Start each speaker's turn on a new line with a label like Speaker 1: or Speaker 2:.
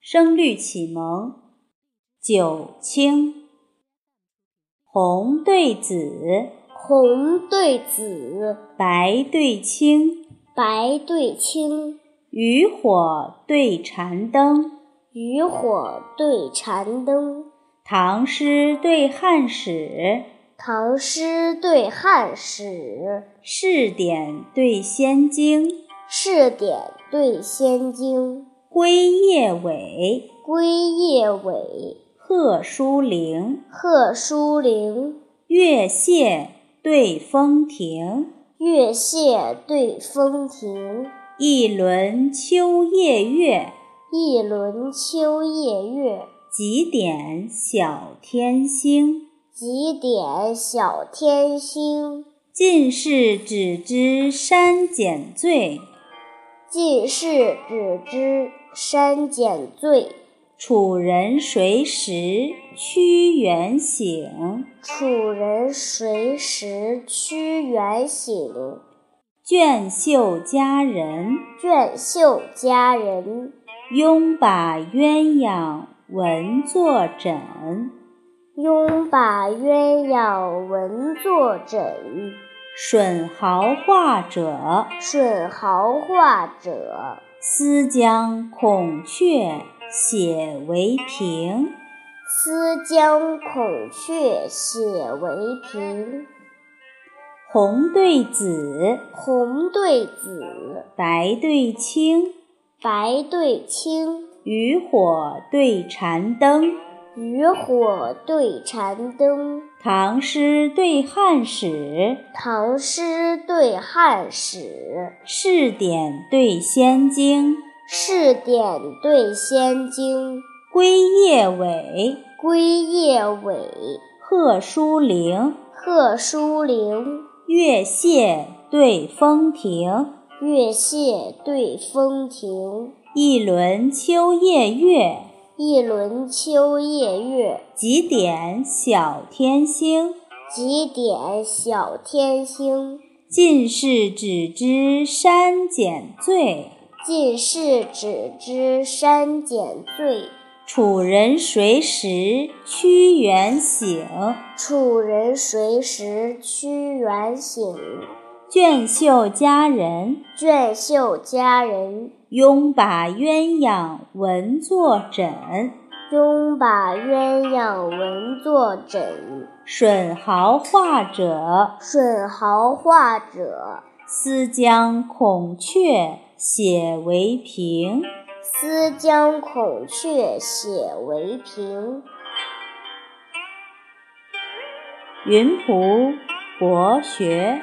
Speaker 1: 声律启蒙，九清，红对紫，
Speaker 2: 红对紫，
Speaker 1: 白对青，
Speaker 2: 白对青，
Speaker 1: 渔火对禅灯，
Speaker 2: 渔火对禅灯，
Speaker 1: 唐诗对汉史，
Speaker 2: 唐诗对汉史，
Speaker 1: 试点对仙经，
Speaker 2: 试点对仙经，
Speaker 1: 归夜尾，
Speaker 2: 归夜尾，
Speaker 1: 贺书陵，
Speaker 2: 贺书陵，
Speaker 1: 月榭对风亭，
Speaker 2: 月榭对风亭，
Speaker 1: 一轮秋夜月，
Speaker 2: 一轮秋夜月，
Speaker 1: 几点小天星。
Speaker 2: 几点小天星，
Speaker 1: 尽是只知山减醉，
Speaker 2: 尽是只知山减醉。
Speaker 1: 楚人谁识屈原醒？
Speaker 2: 楚人谁识屈原醒？
Speaker 1: 卷袖佳人，
Speaker 2: 卷袖佳人，
Speaker 1: 拥把鸳鸯文作枕。
Speaker 2: 拥把鸳鸯文作枕，
Speaker 1: 吮豪画者，
Speaker 2: 吮豪画者，
Speaker 1: 思将孔雀写为屏。
Speaker 2: 思将孔雀写为屏。
Speaker 1: 红对紫，
Speaker 2: 红对紫，
Speaker 1: 白对青，
Speaker 2: 白对青，
Speaker 1: 渔火对禅灯，
Speaker 2: 渔火对禅灯，
Speaker 1: 唐诗对汉史，
Speaker 2: 唐诗对汉史，
Speaker 1: 试点对仙经，
Speaker 2: 试点对仙经，
Speaker 1: 归夜尾，
Speaker 2: 归夜尾，
Speaker 1: 贺书陵，
Speaker 2: 贺书陵，
Speaker 1: 月榭对风亭，
Speaker 2: 月榭对风亭，
Speaker 1: 一轮秋夜月，
Speaker 2: 一轮秋夜月，
Speaker 1: 几点小天星。
Speaker 2: 几点小天星，
Speaker 1: 尽是只知山减醉，
Speaker 2: 尽是只知山减醉。
Speaker 1: 楚人谁识屈原醒？
Speaker 2: 楚人谁识屈原醒？
Speaker 1: 卷袖佳人，
Speaker 2: 卷袖佳人，
Speaker 1: 拥把鸳鸯文作枕。
Speaker 2: 拥把鸳鸯文作枕。
Speaker 1: 吮豪画者，
Speaker 2: 吮豪画者，
Speaker 1: 思将孔雀写为屏。
Speaker 2: 思将孔雀写为屏。
Speaker 1: 云仆国学。